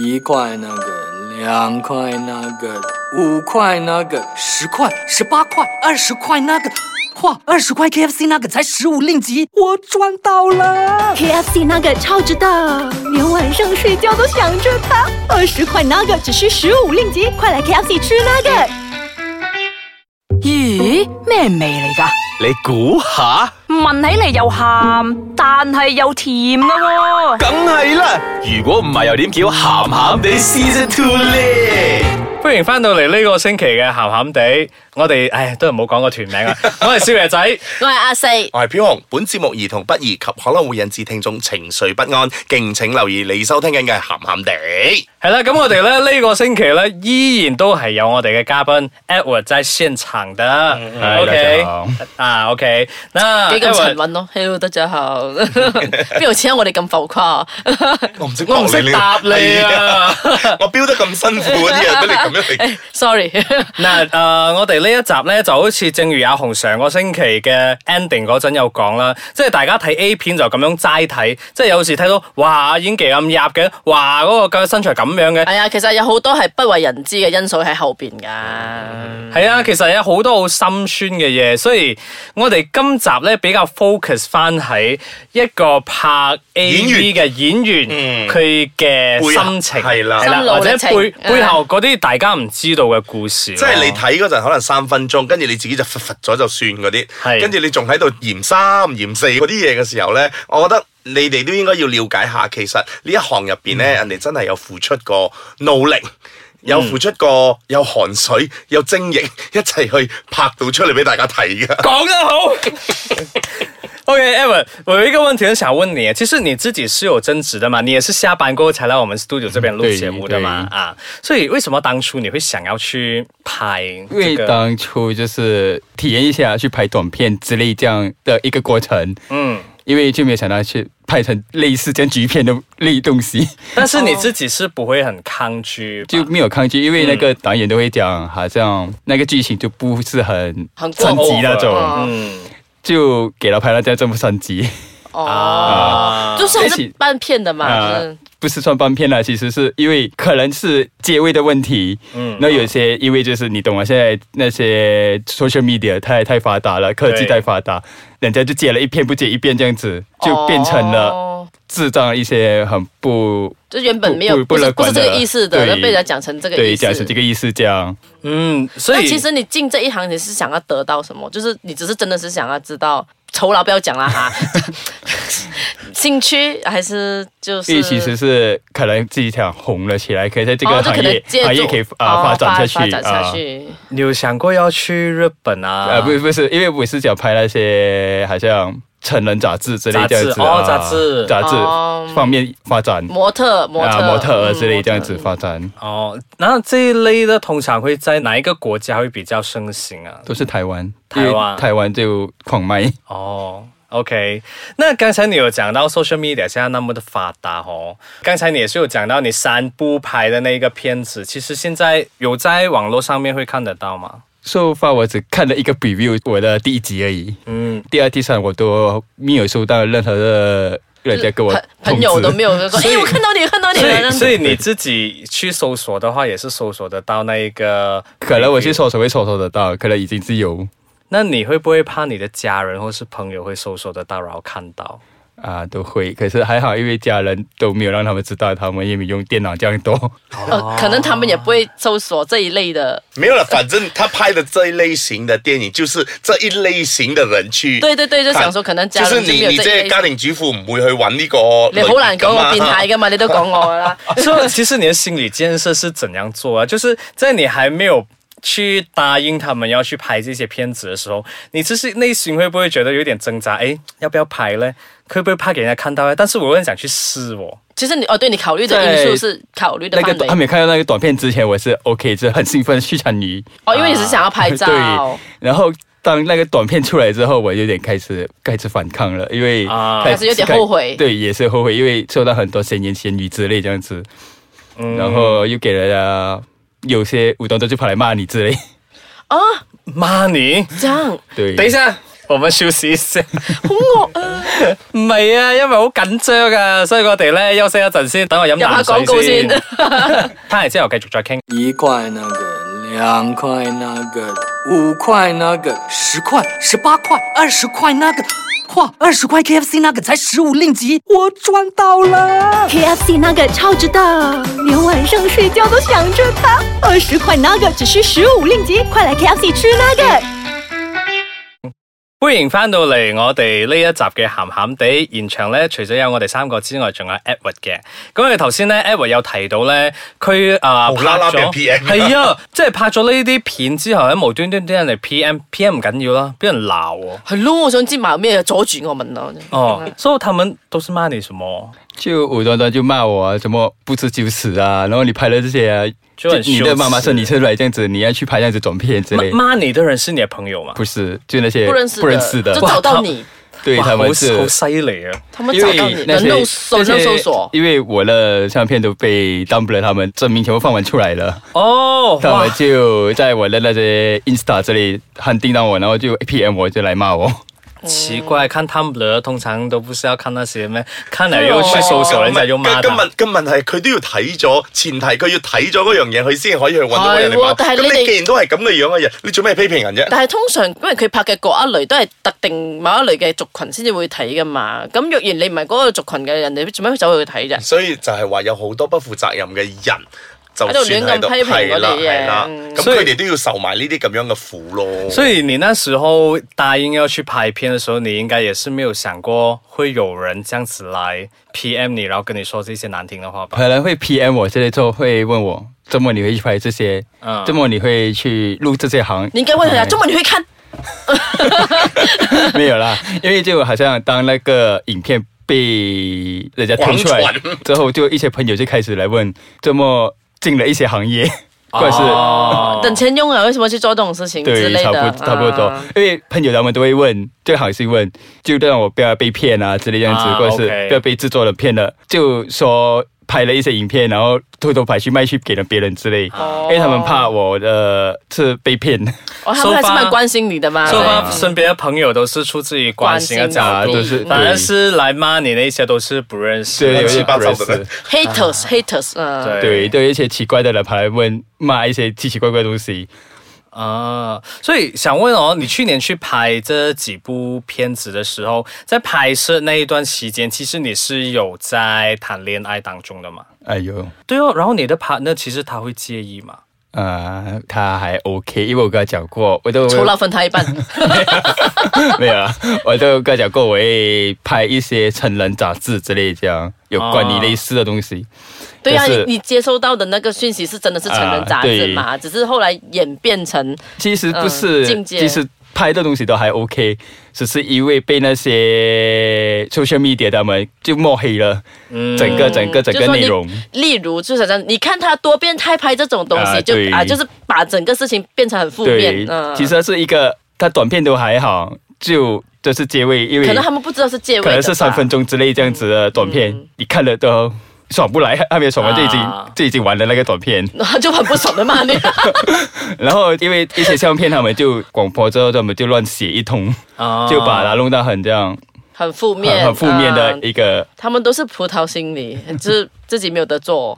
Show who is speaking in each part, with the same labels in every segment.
Speaker 1: 一块那个，两块那个，五块那个，
Speaker 2: 十块、十八块、二十块那个，哇，二十块 KFC 那个才十五令吉，我赚到了！
Speaker 3: KFC 那个超值的，连晚上睡觉都想着它。二十块那个只需十五令吉，快来 KFC 吃那个。
Speaker 4: 咦，咩味嚟噶？
Speaker 5: 你估下，
Speaker 4: 闻起嚟又咸，但系又甜噶喎、
Speaker 5: 梗係啦！如果唔係又點叫鹹鹹地 Season Two 咧？
Speaker 6: 欢迎翻到嚟呢個星期嘅咸咸地，我哋唉都係唔好講個團 名啦。啊我係少爺仔，
Speaker 7: 我係阿四，
Speaker 5: 我係飄紅，本節目兒童不宜及可能會引致聽眾情緒不安，敬請留意你收聽緊嘅鹹鹹地。
Speaker 6: 係啦，咁我哋咧呢、個星期咧依然都係有我哋嘅嘉賓 Edward 在現場的。
Speaker 8: 嗨
Speaker 6: o
Speaker 8: 嗯大
Speaker 6: k
Speaker 8: 家好
Speaker 6: 啊，OK，那
Speaker 7: 幾咁沉啊
Speaker 6: Edward
Speaker 7: 穩咯。Hello，大家好， 邊度似啊得我哋咁浮誇？
Speaker 5: 我唔識
Speaker 6: 我唔識
Speaker 5: 講
Speaker 6: 答你啊！
Speaker 5: 我標得咁辛苦嗰啲啊，俾你咁樣嚟。
Speaker 7: Sorry，
Speaker 6: 嗱，誒、呃我哋呢一集咧就好似正如阿紅上個星期嘅 ending 嗰陣有講啦，即係大家睇 A 片就咁樣齋睇，即係有時睇到哇演技咁入嘅，哇嗰、個個身材咁樣嘅，
Speaker 7: 係啊，其實有好多係不為人知嘅因素喺後邊
Speaker 5: 嗯
Speaker 7: 㗎。
Speaker 6: 係啊，其實有好多好心酸嘅嘢，所以我哋今集咧比較 focus 翻喺一個拍 A
Speaker 5: 演
Speaker 6: V
Speaker 5: 員
Speaker 6: 嘅演員
Speaker 5: 嗯
Speaker 6: 佢
Speaker 5: 背
Speaker 6: 嘅
Speaker 5: 後
Speaker 6: 心情
Speaker 5: 係啦
Speaker 6: 係
Speaker 7: 心路
Speaker 6: 或者
Speaker 7: 歷程
Speaker 6: 背
Speaker 7: 嗯
Speaker 6: 背後嗰啲大家唔知道嘅故事咯，
Speaker 5: 即係你睇嗰陣可能三分鐘，跟住你自己就忽忽咗就算嗰
Speaker 6: 係
Speaker 5: 啲，跟住你仲喺度嫌三嫌四嗰啲嘢嘅時候咧，我覺得你哋都應該要了解下，其實呢一行入邊咧，人哋真係有付出過努力。有付出過，有汗水，有精液，一齊去拍到出嚟俾大家睇噶。
Speaker 6: 讲得好。OK，Evan，、我有一个问题很想问你，啊其实你自己是有增值的嘛？你也是下班过后才来我们 studio 这边录节目的
Speaker 5: 嗯
Speaker 6: 嘛？
Speaker 8: 对
Speaker 6: 啊，所以为什么当初你会想要去拍
Speaker 8: 因为
Speaker 6: 这个？
Speaker 8: 当初就是体验一下去拍短片之类这样的一个过程，
Speaker 6: 嗯，
Speaker 8: 因为就没有想到去拍成类似这样局片的类东西，
Speaker 6: 但是你自己是不会很抗拒吧，
Speaker 8: 就没有抗拒，因为那个导演都会讲，好像那个剧情就不是很
Speaker 7: 很过
Speaker 8: 升级那种，
Speaker 7: 哦
Speaker 6: 嗯
Speaker 8: 就给他拍到这样这么升级，
Speaker 6: 啊
Speaker 7: 哦，就是還是半片的嘛。
Speaker 8: 啊
Speaker 7: 嗯
Speaker 8: 不是算半片了，其实是因为可能
Speaker 6: 嗯
Speaker 8: 是结尾的问题，嗯，那有些因为就是你懂吗？啊现在那些 social media 太太发达了，科技
Speaker 6: 对
Speaker 8: 太发达，人家就接了一片不接一片这样子，就变成了
Speaker 7: 哦
Speaker 8: 制造一些很不
Speaker 7: 就原本没有
Speaker 8: 不不
Speaker 7: 不是
Speaker 8: 乐
Speaker 7: 不
Speaker 8: 观
Speaker 7: 是
Speaker 8: 的
Speaker 7: 这个意思的，那
Speaker 8: 对
Speaker 7: 被人家讲成这个
Speaker 8: 对
Speaker 7: 意思
Speaker 8: 讲。成这个意思这样。
Speaker 6: 嗯，所
Speaker 7: 那
Speaker 6: 以
Speaker 7: 其实你进这一行，你是想要得到什么？就是你只是真的是想要知道酬劳，不要讲了哈。 兴趣还是就是
Speaker 8: 因为其实是可能自己想红了起来，可以在这
Speaker 7: 哦
Speaker 8: 个
Speaker 7: 就
Speaker 8: 行
Speaker 7: 可能
Speaker 8: 业、
Speaker 7: 借助
Speaker 8: 行业可以啊、
Speaker 7: 哦
Speaker 8: 发展下去
Speaker 7: 发展下
Speaker 8: 啊。
Speaker 7: 去。
Speaker 6: 你有想过要去日本啊？
Speaker 8: 呃，不是不是，因为我是想拍那些好像成人杂志之类这样
Speaker 6: 杂志
Speaker 8: 子
Speaker 6: 哦
Speaker 8: 啊
Speaker 6: 杂志
Speaker 8: 杂志
Speaker 7: 哦
Speaker 8: 方面发展
Speaker 7: 模特模特
Speaker 8: 啊，模特儿之类
Speaker 7: 嗯
Speaker 8: 这样子发展，
Speaker 6: 哦，那这一类的通常会在哪一个国家会比较盛行啊？
Speaker 8: 都是台湾，
Speaker 6: 台湾
Speaker 8: 因为台湾就狂卖，
Speaker 6: 哦，OK，那刚才你有讲到 social media 现在那么的发达哦，刚才你也是有讲到你三部拍的那个片子，其实现在有在网络上面会看得到吗？
Speaker 8: so far 我只看了一个 preview，我的第一集而已，
Speaker 6: 嗯，
Speaker 8: 第二、第三我都没有收到任何的人家给我
Speaker 7: 朋朋友都
Speaker 8: 通知
Speaker 7: 没有说，哎，我看到你，看到你
Speaker 6: 所
Speaker 7: 了。这
Speaker 6: 以
Speaker 7: 样
Speaker 6: 所以你自己去搜索的话，也是搜索得到那一个。
Speaker 8: 可能我去，搜索会搜索得到，可能已经是有
Speaker 6: 那你会不会怕你的家人或是朋友会搜索得到，然后看 到？
Speaker 8: 啊，都会。可是还好，因为家人都没有让他们知道，他们也没用电脑这样多。
Speaker 7: 呃，可能他们也不会搜索这一类的。
Speaker 5: 没有了，反正他拍的这一类型的电影，就是这一类型的人去。
Speaker 7: 对对对，就
Speaker 5: 看
Speaker 7: 想说可能
Speaker 5: 就
Speaker 7: 家
Speaker 5: 是
Speaker 7: 人就
Speaker 5: 你
Speaker 7: 没有
Speaker 5: 你
Speaker 7: 这一
Speaker 5: 即
Speaker 7: 类
Speaker 5: 家
Speaker 7: 的。
Speaker 5: 庭主婦唔會去揾呢個
Speaker 7: 你
Speaker 5: 類別㗎嘛。
Speaker 7: 好难
Speaker 5: 啊
Speaker 7: 讲我变态噶嘛，你都讲我噶啦。
Speaker 6: 所以其实你的心理建设是怎样做啊？就是在你还没有去答应他们要去拍这些片子的时候，你其实内心会不会觉得有点挣扎？诶，要不要拍呢？会不会怕给人家看到呢？但是我又很想去试哦。
Speaker 7: 其实你哦，对你考虑的因素是考虑的
Speaker 8: 那
Speaker 7: 范
Speaker 8: 个还
Speaker 7: 围
Speaker 8: 没看到那个短片之前，我是 OK，是很兴奋去参与。
Speaker 7: 哦，因为你是想要拍照
Speaker 8: 啊对，，然后当那个短片出来之后，我有点开始开始反抗了，因为
Speaker 6: 啊
Speaker 8: 开
Speaker 7: 开始有点后悔
Speaker 8: 对，也是后悔，因为受到很多闲言闲语之类这样子，然
Speaker 6: 嗯
Speaker 8: 后又给人家有 些无端端就跑来骂你之类。
Speaker 6: 嗯骂你，
Speaker 7: 这样
Speaker 8: 对，
Speaker 6: 等一下，我们休息一下。好饿啊！ 唔係啊，因為好緊張啊，所以我哋咧休息一陣先，等我飲啖
Speaker 7: 入下廣告
Speaker 6: 水先
Speaker 7: 先。
Speaker 6: 翻嚟之後繼續再傾。
Speaker 1: 一块那个，两块那个，五块那个，
Speaker 2: 十块、十八块、二十块那个，哇，二十块 KFC 那个才十五令吉，我赚到了！
Speaker 3: KFC 那个超值的，连晚上睡觉都想着它。二十块那个只需十五令吉，快来 KFC 吃那个。
Speaker 6: 歡迎翻到嚟我哋呢一集嘅鹹鹹地現場咧，除咗有我哋三個之外，仲有 Edward 嘅。咁我哋頭先咧，Edward 有提到咧，佢啊
Speaker 5: 無啦啦俾人 PM
Speaker 6: 係啊，即係拍咗呢啲片之後咧，無端端啲人嚟 PM，PM 唔緊要啦，俾人鬧喎。
Speaker 7: 系咯，我想知埋有咩阻住我問我。
Speaker 6: 哦，所以他們都是罵你什麼？
Speaker 8: 就无端端就骂我、啊，什么不知羞耻啊，然后你拍了这些、啊，
Speaker 6: 就很羞耻
Speaker 8: 你的妈妈说你出来这样子，你要去拍这样子短片之
Speaker 6: 罵
Speaker 8: 类，
Speaker 6: 罵你的人是你的朋友嘛？
Speaker 8: 不是，就那些
Speaker 7: 不认识的，
Speaker 8: 不认识的
Speaker 7: 就，找到你，
Speaker 8: 对
Speaker 6: 哇
Speaker 8: 他
Speaker 6: 好
Speaker 8: 们是
Speaker 6: 好犀利啊！
Speaker 7: 他们
Speaker 8: 因
Speaker 7: 找
Speaker 8: 为
Speaker 7: 到你，
Speaker 8: 那
Speaker 7: 人
Speaker 8: 些
Speaker 7: 肉搜
Speaker 8: 那
Speaker 7: 人
Speaker 8: 些
Speaker 7: 肉搜索。
Speaker 8: 因为我的相片都被 Dumbler 他们证明全部放完出来了，
Speaker 6: 哦，
Speaker 8: 他
Speaker 6: 哇
Speaker 8: 们！就在我的那些 Insta 这里很叮当我，然后就 PM 我就来 骂我，
Speaker 6: 奇怪，看 Tumblr 通常都不是要看那些咩，看了
Speaker 8: 哦
Speaker 6: 又去搜索，人家又罵
Speaker 5: 今日
Speaker 6: 他。
Speaker 5: 今問題佢都要睇咗，前提佢要睇咗嗰樣嘢，佢先可以去揾到嗰個人嚟
Speaker 7: 係喎
Speaker 5: 罵。
Speaker 7: 但係
Speaker 5: 咁
Speaker 7: 你哋
Speaker 5: 你既然都係咁嘅樣嘅人，你做咩批評人啫？
Speaker 7: 但係通常因為佢拍嘅嗰一類都係特定某一類嘅族群先至會睇噶嘛，咁若然你唔係嗰個族群嘅人，你做咩走去睇啫？
Speaker 5: 所以就係話有好多不負責任嘅人。就
Speaker 7: 喺
Speaker 5: 算
Speaker 7: 度亂
Speaker 5: 喺度
Speaker 7: 咁批評
Speaker 5: 係啦
Speaker 7: 嗰啲嘢
Speaker 5: 係啦，
Speaker 7: 嗯
Speaker 5: 咁
Speaker 6: 所以
Speaker 5: 佢哋都要受埋呢啲咁樣嘅苦咯。
Speaker 6: 所以你那時候答應要去拍片的時候，你應該也是沒有想過會有人這樣子來 PM 你，然後跟你說這些难听的话吧？
Speaker 8: 可能会 PM 我之类之后会问我，怎么你会去拍这些？
Speaker 6: 嗯
Speaker 8: 怎么你会去录这些行？
Speaker 7: 你應該問佢啊，
Speaker 8: 哎
Speaker 7: 中文你去看，
Speaker 8: 没有啦，因为就好像当那个影片被人家推出来
Speaker 5: 广传
Speaker 8: 之后，就一些朋友就开始来问，怎么进了一些行业， 或者是、
Speaker 6: 哦
Speaker 7: 等钱用啊，為什麼去做這種事情之
Speaker 8: 对，
Speaker 7: 類
Speaker 8: 差
Speaker 7: 的？
Speaker 8: 不差不多
Speaker 7: 啊，
Speaker 8: 因为朋友他们都会问，就好心问，就让我不要被骗啊之类这样子，
Speaker 6: 啊
Speaker 8: 或者是
Speaker 6: OK
Speaker 8: 不要被制作人骗了，就说。拍了一些影片，然后偷偷拍去卖去给了别人之类，因为他们怕我的是被骗。
Speaker 7: 我他們還是
Speaker 6: So far-
Speaker 7: 蠻關心你的嘛。
Speaker 6: 所以我
Speaker 7: 對
Speaker 6: 身邊的朋友都是出自於關心的角
Speaker 8: 啊，
Speaker 6: 度，
Speaker 8: 都是
Speaker 6: 反而
Speaker 8: 对
Speaker 6: 是来骂你那些都是不认识
Speaker 8: 对
Speaker 6: 的。
Speaker 8: 有些
Speaker 5: 七八
Speaker 8: 不
Speaker 5: 糟
Speaker 8: 认
Speaker 5: 的
Speaker 8: 识。
Speaker 7: haters haters，嗯。
Speaker 8: 对，都有一些奇怪的人跑来问骂一些奇奇怪怪的东西。
Speaker 6: 啊，所以想问哦，你去年去拍这几部片子的时候，在拍摄那一段期间，其实你是有在谈恋爱当中的嘛？
Speaker 8: 哎呦，
Speaker 6: 对哦，然后你的 partner 其实他会介意嘛？
Speaker 8: 呃，他还 OK，因为我跟他讲过，我都
Speaker 7: 酬勞分他一半，
Speaker 8: 没有啦，我都跟他讲过，我会拍一些成人杂志之类这样有关于类似的东西。
Speaker 7: 对啊，
Speaker 8: 但
Speaker 7: 你
Speaker 8: 是啊
Speaker 7: 你接收到的那個訊息是真的是成人雜誌嘛，只是後來演變成
Speaker 8: 其实不
Speaker 7: 嗯
Speaker 8: 是，
Speaker 7: 境界
Speaker 8: 其实拍的东西都还 OK，只是因为被那些 social media 他们就抹黑了，整个整个整
Speaker 7: 嗯就
Speaker 8: 个
Speaker 7: 说你
Speaker 8: 内容。
Speaker 7: 例如，就是讲，你看他多变态拍这种东西，
Speaker 8: 啊
Speaker 7: 就
Speaker 8: 对
Speaker 7: 啊，就是把整个事情变成很负面。嗯，
Speaker 8: 其实是一个，他短片都还好，就这是结尾，因为
Speaker 7: 可能他们不知道是借位的吧，
Speaker 8: 可能是三分钟之内这样子的短片，
Speaker 7: 嗯
Speaker 8: 你看了都爽不来，还没有爽完就已经、
Speaker 6: 啊
Speaker 8: 就已经完了那个短片。
Speaker 7: 然 后就很不爽的骂 你。
Speaker 8: 然后因为一些相片，他们就广播之后，他们就乱写一通，
Speaker 6: 啊
Speaker 8: 就把它弄到很这样
Speaker 7: 很负面，
Speaker 8: 很很负面的
Speaker 7: 嗯
Speaker 8: 一个。
Speaker 7: 他们都是葡萄心理，就是自己没有得做。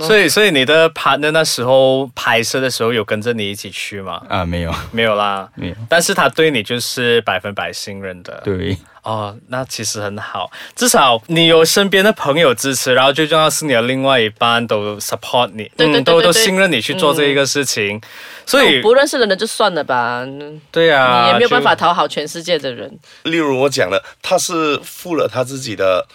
Speaker 6: 所以所以你的 partner 那时候拍摄的时候有跟着你一起去吗？
Speaker 8: 啊，没有，
Speaker 6: 没有啦，
Speaker 8: 没有
Speaker 6: 但是他对你就是百分百信任的。
Speaker 8: 对，
Speaker 6: 哦，那其实很好，至少你有身边的朋友支持，然后最重要是你的另外一半都 support 你，嗯
Speaker 7: 对对对
Speaker 6: 都
Speaker 7: 对
Speaker 6: 都
Speaker 7: 对
Speaker 6: 信任你去做这一个事情，所以
Speaker 7: 哦不认识的人就算了吧，嗯
Speaker 6: 对啊，
Speaker 7: 你也没有办法
Speaker 6: 就。
Speaker 7: 讨好全世界的人。
Speaker 5: 例如我讲的，他是付了他自己的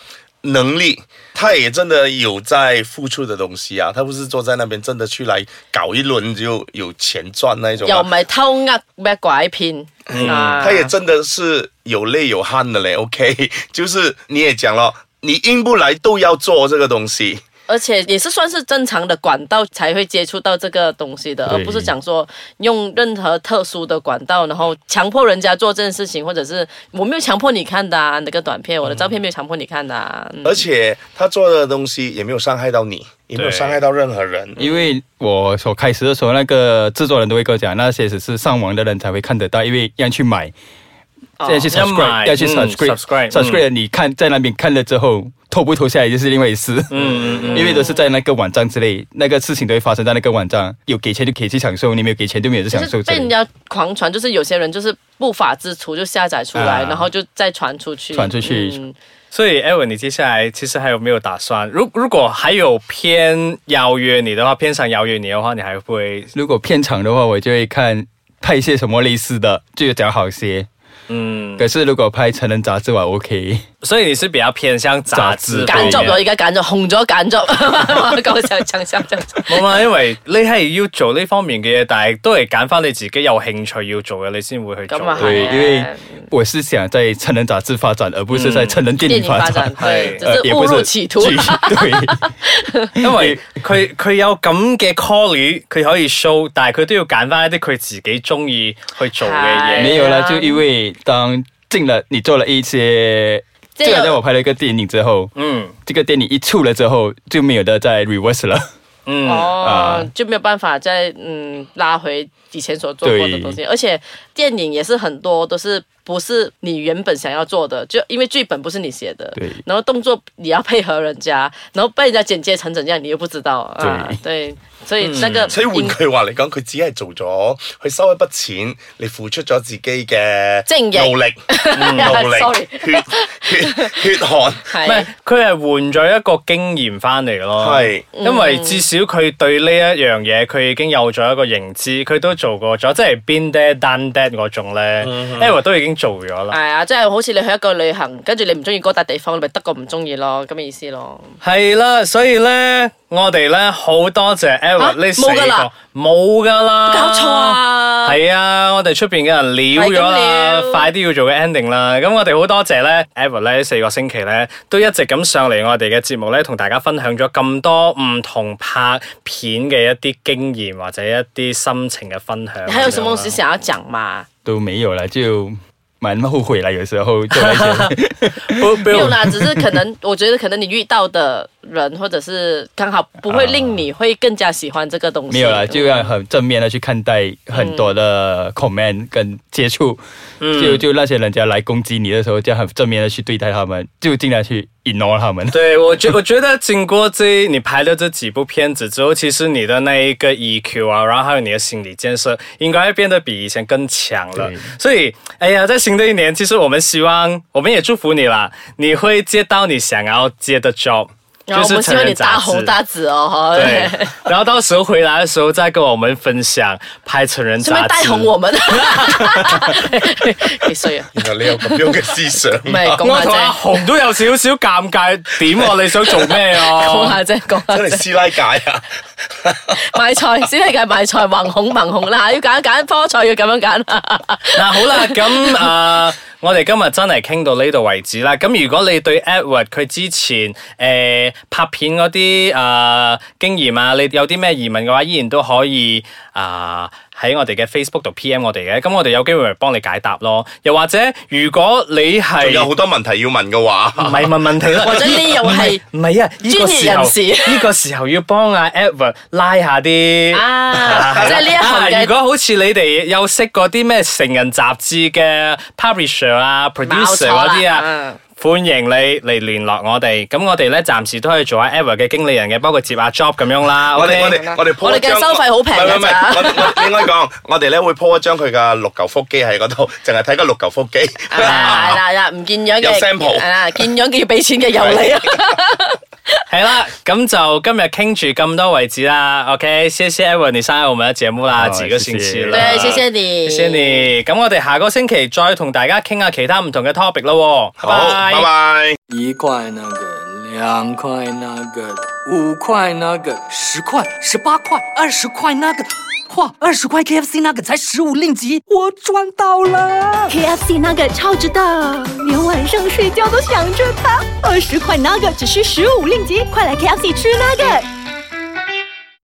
Speaker 5: 能力，他也真的有在付出的东西啊，他不是坐在那边真的去来搞一轮就有钱赚那一种、
Speaker 7: 又
Speaker 5: 啊
Speaker 7: 唔。系偷呃咩拐骗啊？
Speaker 5: 哎他也真的是有泪有汗的嘞，OK，就是 你也讲了，你硬不来都要做这个东西，
Speaker 7: 而且也是算是正常的管道才会接触到这个东西的，而
Speaker 8: 对
Speaker 7: 不是讲说用任何特殊的管道，然后强迫人家做这件事情，或者是我没有强迫你看的啊，那个短片，我的照片没有强迫你看的啊。嗯
Speaker 5: 而且他做的东西也没有伤害到你，也没有
Speaker 6: 对
Speaker 5: 伤害到任何人。
Speaker 8: 因为我所开始的时候，那个制作人都会跟我讲，那些只是上网的人才会看得到，因为要去买。现在去
Speaker 6: 要买
Speaker 8: subscribe，要去
Speaker 6: 嗯 subscribe，嗯
Speaker 8: subscribe，subscribe，你看在那边看了之后，偷不偷下来就是另外一事。嗯嗯，因为都是在那个网站之类，那个事情都会发生在那个网站。有给钱就可以去享受，你没有给钱就没有去享
Speaker 7: 就是
Speaker 8: 受之
Speaker 7: 被
Speaker 8: 类
Speaker 7: 人
Speaker 8: 的。
Speaker 7: 家狂传，就是有些人就是不法之徒就下载出来，
Speaker 8: 啊
Speaker 7: 然后就再传出去，
Speaker 8: 传出去
Speaker 7: 嗯
Speaker 6: 所以艾文，你接下来其实还有没有打算？如如果还有偏邀约你的话，偏想邀约你的话，你还会
Speaker 8: 如果片场的话，我就会看拍一些什么类似的，就比较好些。
Speaker 6: 嗯？
Speaker 8: 可是如果拍成人杂志我 OK，
Speaker 6: 所以你是比较偏向杂志
Speaker 8: 杂
Speaker 7: 赶
Speaker 8: 志
Speaker 7: 走
Speaker 8: 感
Speaker 7: 咗，而家趕咗，紅咗趕 咗，講笑講笑講笑。
Speaker 6: 冇嘛？因為你係要做呢方面嘅嘢，但係都係揀翻你自己有興趣要做嘅，你先會去做。
Speaker 7: 咁啊
Speaker 8: 对，
Speaker 7: 係
Speaker 8: 因为我是想在成人杂志发展，而不是在成人电
Speaker 7: 电
Speaker 8: 影
Speaker 7: 影发
Speaker 8: 发
Speaker 7: 展
Speaker 8: 展。
Speaker 7: 对，
Speaker 6: 系
Speaker 7: 只
Speaker 8: 呃，
Speaker 7: 是
Speaker 8: 也
Speaker 7: 误
Speaker 8: 不
Speaker 7: 入
Speaker 8: 是
Speaker 7: 歧途。
Speaker 8: 剧 对，
Speaker 6: 因為佢佢有咁嘅 call 率佢可以 show，但係佢都要揀翻一啲佢自己中意去做嘅嘢。
Speaker 7: 係
Speaker 8: 没有
Speaker 7: 哎呀
Speaker 8: 了，就因为当进了你做了一些，
Speaker 7: 这
Speaker 8: 就
Speaker 7: 有
Speaker 8: 好像我拍了一个电影之后，
Speaker 6: 嗯
Speaker 8: 这个电影一出了之后就没有的再 reverse 了。
Speaker 6: 嗯。
Speaker 7: 哦
Speaker 8: 啊，
Speaker 7: 就没有办法再嗯拉回以前所做过的东西，而且电影也是很多都是不是你原本想要做的，就因为剧本不是你写的，
Speaker 8: 对
Speaker 7: 然后动作你要配合人家，然后被人家剪接成怎样，你又不知道啊，对，所以那个
Speaker 5: 所以換
Speaker 7: 影
Speaker 5: 句話嚟講，佢只係做咗，佢收一筆錢，你付出咗自己嘅
Speaker 7: 精液
Speaker 5: 努 力、嗯努
Speaker 7: Sorry
Speaker 5: 力、血血 血汗，
Speaker 6: 唔係
Speaker 7: 系，
Speaker 6: 佢係換咗一個經驗翻嚟咯。
Speaker 5: 係
Speaker 6: 因為
Speaker 7: 嗯
Speaker 6: 至少佢對呢一樣嘢，佢已經有咗一個認知，佢都做過咗，即係 been there done that 嗰種咧 e v a 都已經做咗
Speaker 7: 系
Speaker 6: 啦。
Speaker 7: 啊，即系好似你去一个旅行，跟住你唔中意嗰笪地方，你咪得个唔中意咯，咁嘅意思咯。
Speaker 6: 係啦，所以咧，我哋咧好多謝 e v a
Speaker 7: 啊
Speaker 6: 呢四
Speaker 7: 冇㗎啦
Speaker 6: 個冇噶啦，
Speaker 7: 搞錯啊
Speaker 6: 係啊，我哋出邊嘅人撩咗啦
Speaker 7: 係咁撩，
Speaker 6: 快啲要做個 ending 啦。咁我哋好多謝咧 e v a 咧四個星期咧都一直咁上嚟我哋嘅節目咧，同大家分享咗咁多唔同拍片嘅一啲經驗或者一啲心情嘅分享。
Speaker 7: 你还有什么东西想要讲嘛？
Speaker 8: 都没有了，就蛮后悔了。有时候做了一些，
Speaker 6: 不不
Speaker 7: 没有啦，只是可能， 我觉得可能你遇到的人，或者是刚好不会令你会更加喜欢这个东西。
Speaker 8: 没有了，就要很正面的去看待很多
Speaker 7: 嗯
Speaker 8: 的 comment 跟接触，就就那些人家来攻击你的时候，就要很正面的去对待他们，就尽量去 ignore 他们。
Speaker 6: 对我觉我觉得经过这你拍了这几部片子之后，其实你的那一个 EQ 啊，然后还有你的心理建设，应该变得比以前更强了
Speaker 8: 对。
Speaker 6: 所以，哎呀，在新的一年，其实我们希望，我们也祝福你啦，你会接到你想要接的 job，
Speaker 7: 然后
Speaker 6: 就
Speaker 7: 我
Speaker 6: 是
Speaker 7: 们希
Speaker 6: 成
Speaker 7: 望
Speaker 6: 人
Speaker 7: 你大
Speaker 6: 杂志
Speaker 7: 红。大紫哦，
Speaker 6: 对， 然后到时候回来的时候再跟我们分享拍成人
Speaker 7: 顺
Speaker 6: 杂
Speaker 7: 便
Speaker 6: 志。
Speaker 7: 带红 我们。 几衰啊！
Speaker 5: 原來你有咁樣嘅思想。啊
Speaker 7: 唔系讲
Speaker 6: 我
Speaker 7: 下
Speaker 6: 同阿
Speaker 7: 啫，
Speaker 6: 紅都有少少尷尬，點喎、你想做咩啊？
Speaker 7: 讲下啫，讲下
Speaker 5: 真係
Speaker 7: 啫。
Speaker 5: 師奶界 啊！
Speaker 7: 买菜先系计买菜，横红横红啦，要拣拣科菜要咁样拣。
Speaker 6: 嗱、好啦，咁啊、呃我哋今日真係傾到呢度為止啦。咁如果你對 Edward 佢之前诶、呃拍片嗰啲啊經驗啊，你有啲咩疑問嘅話，依然都可以啊。喺我哋嘅 Facebook 度 PM 我哋嘅，咁我哋有機會咪幫你解答咯。又或者，如果你係
Speaker 5: 仲有好多問題要問嘅
Speaker 6: 唔
Speaker 5: 話，
Speaker 6: 係問問題啦，
Speaker 7: 或者你又 係
Speaker 6: 唔係啊？呢個
Speaker 7: 專業
Speaker 6: 時候
Speaker 7: 人士
Speaker 6: 呢個時候要幫阿 Edward 拉下啲
Speaker 7: 啊，即系呢一行
Speaker 6: 啊如
Speaker 7: 嘅
Speaker 6: 果好似你哋有識嗰啲咩成人雜誌嘅 publisher 啊、producer
Speaker 7: 冇錯啦
Speaker 6: 嗰啲啊
Speaker 7: 嗯，
Speaker 6: 歡迎你嚟聯絡我哋。咁我哋咧暫時都可以做下 Ever 嘅經理人嘅，包括接下 job 咁樣啦。
Speaker 5: 啊我哋
Speaker 6: OK？
Speaker 5: 我哋我哋鋪
Speaker 7: 我哋
Speaker 5: 一張
Speaker 7: 嘅收費好平㗎
Speaker 5: 唔係唔
Speaker 7: 咋
Speaker 5: 係唔係我哋我應該講，我哋咧會鋪一張佢嘅六嚿腹肌喺嗰度，淨係睇個六嚿腹肌。
Speaker 7: 啊係啦係啦，唔見樣
Speaker 5: 有
Speaker 7: 嘅
Speaker 5: sample
Speaker 7: 係啦，見樣嘅要俾錢嘅有你啊。
Speaker 6: 係啦，咁就今日傾住咁多為止啦。OK，謝謝 Ever 你上嚟我們嘅節目啦，
Speaker 8: 好
Speaker 6: 幾個星期 啦。
Speaker 7: 對，謝謝你，
Speaker 6: 謝謝你。咁我哋下個星期再同大家傾下其他唔同嘅 topic 咯 喎。
Speaker 5: 好，拜拜。
Speaker 1: 一块那个，两块那个，五块那个，
Speaker 2: 十块、十八块、二十块那个，哇，二十块 KFC 那个才十五令吉，我赚到了！
Speaker 3: KFC 那个超值的，连晚上睡觉都想着它。二十块那个只需十五令吉，快来 KFC 吃那个。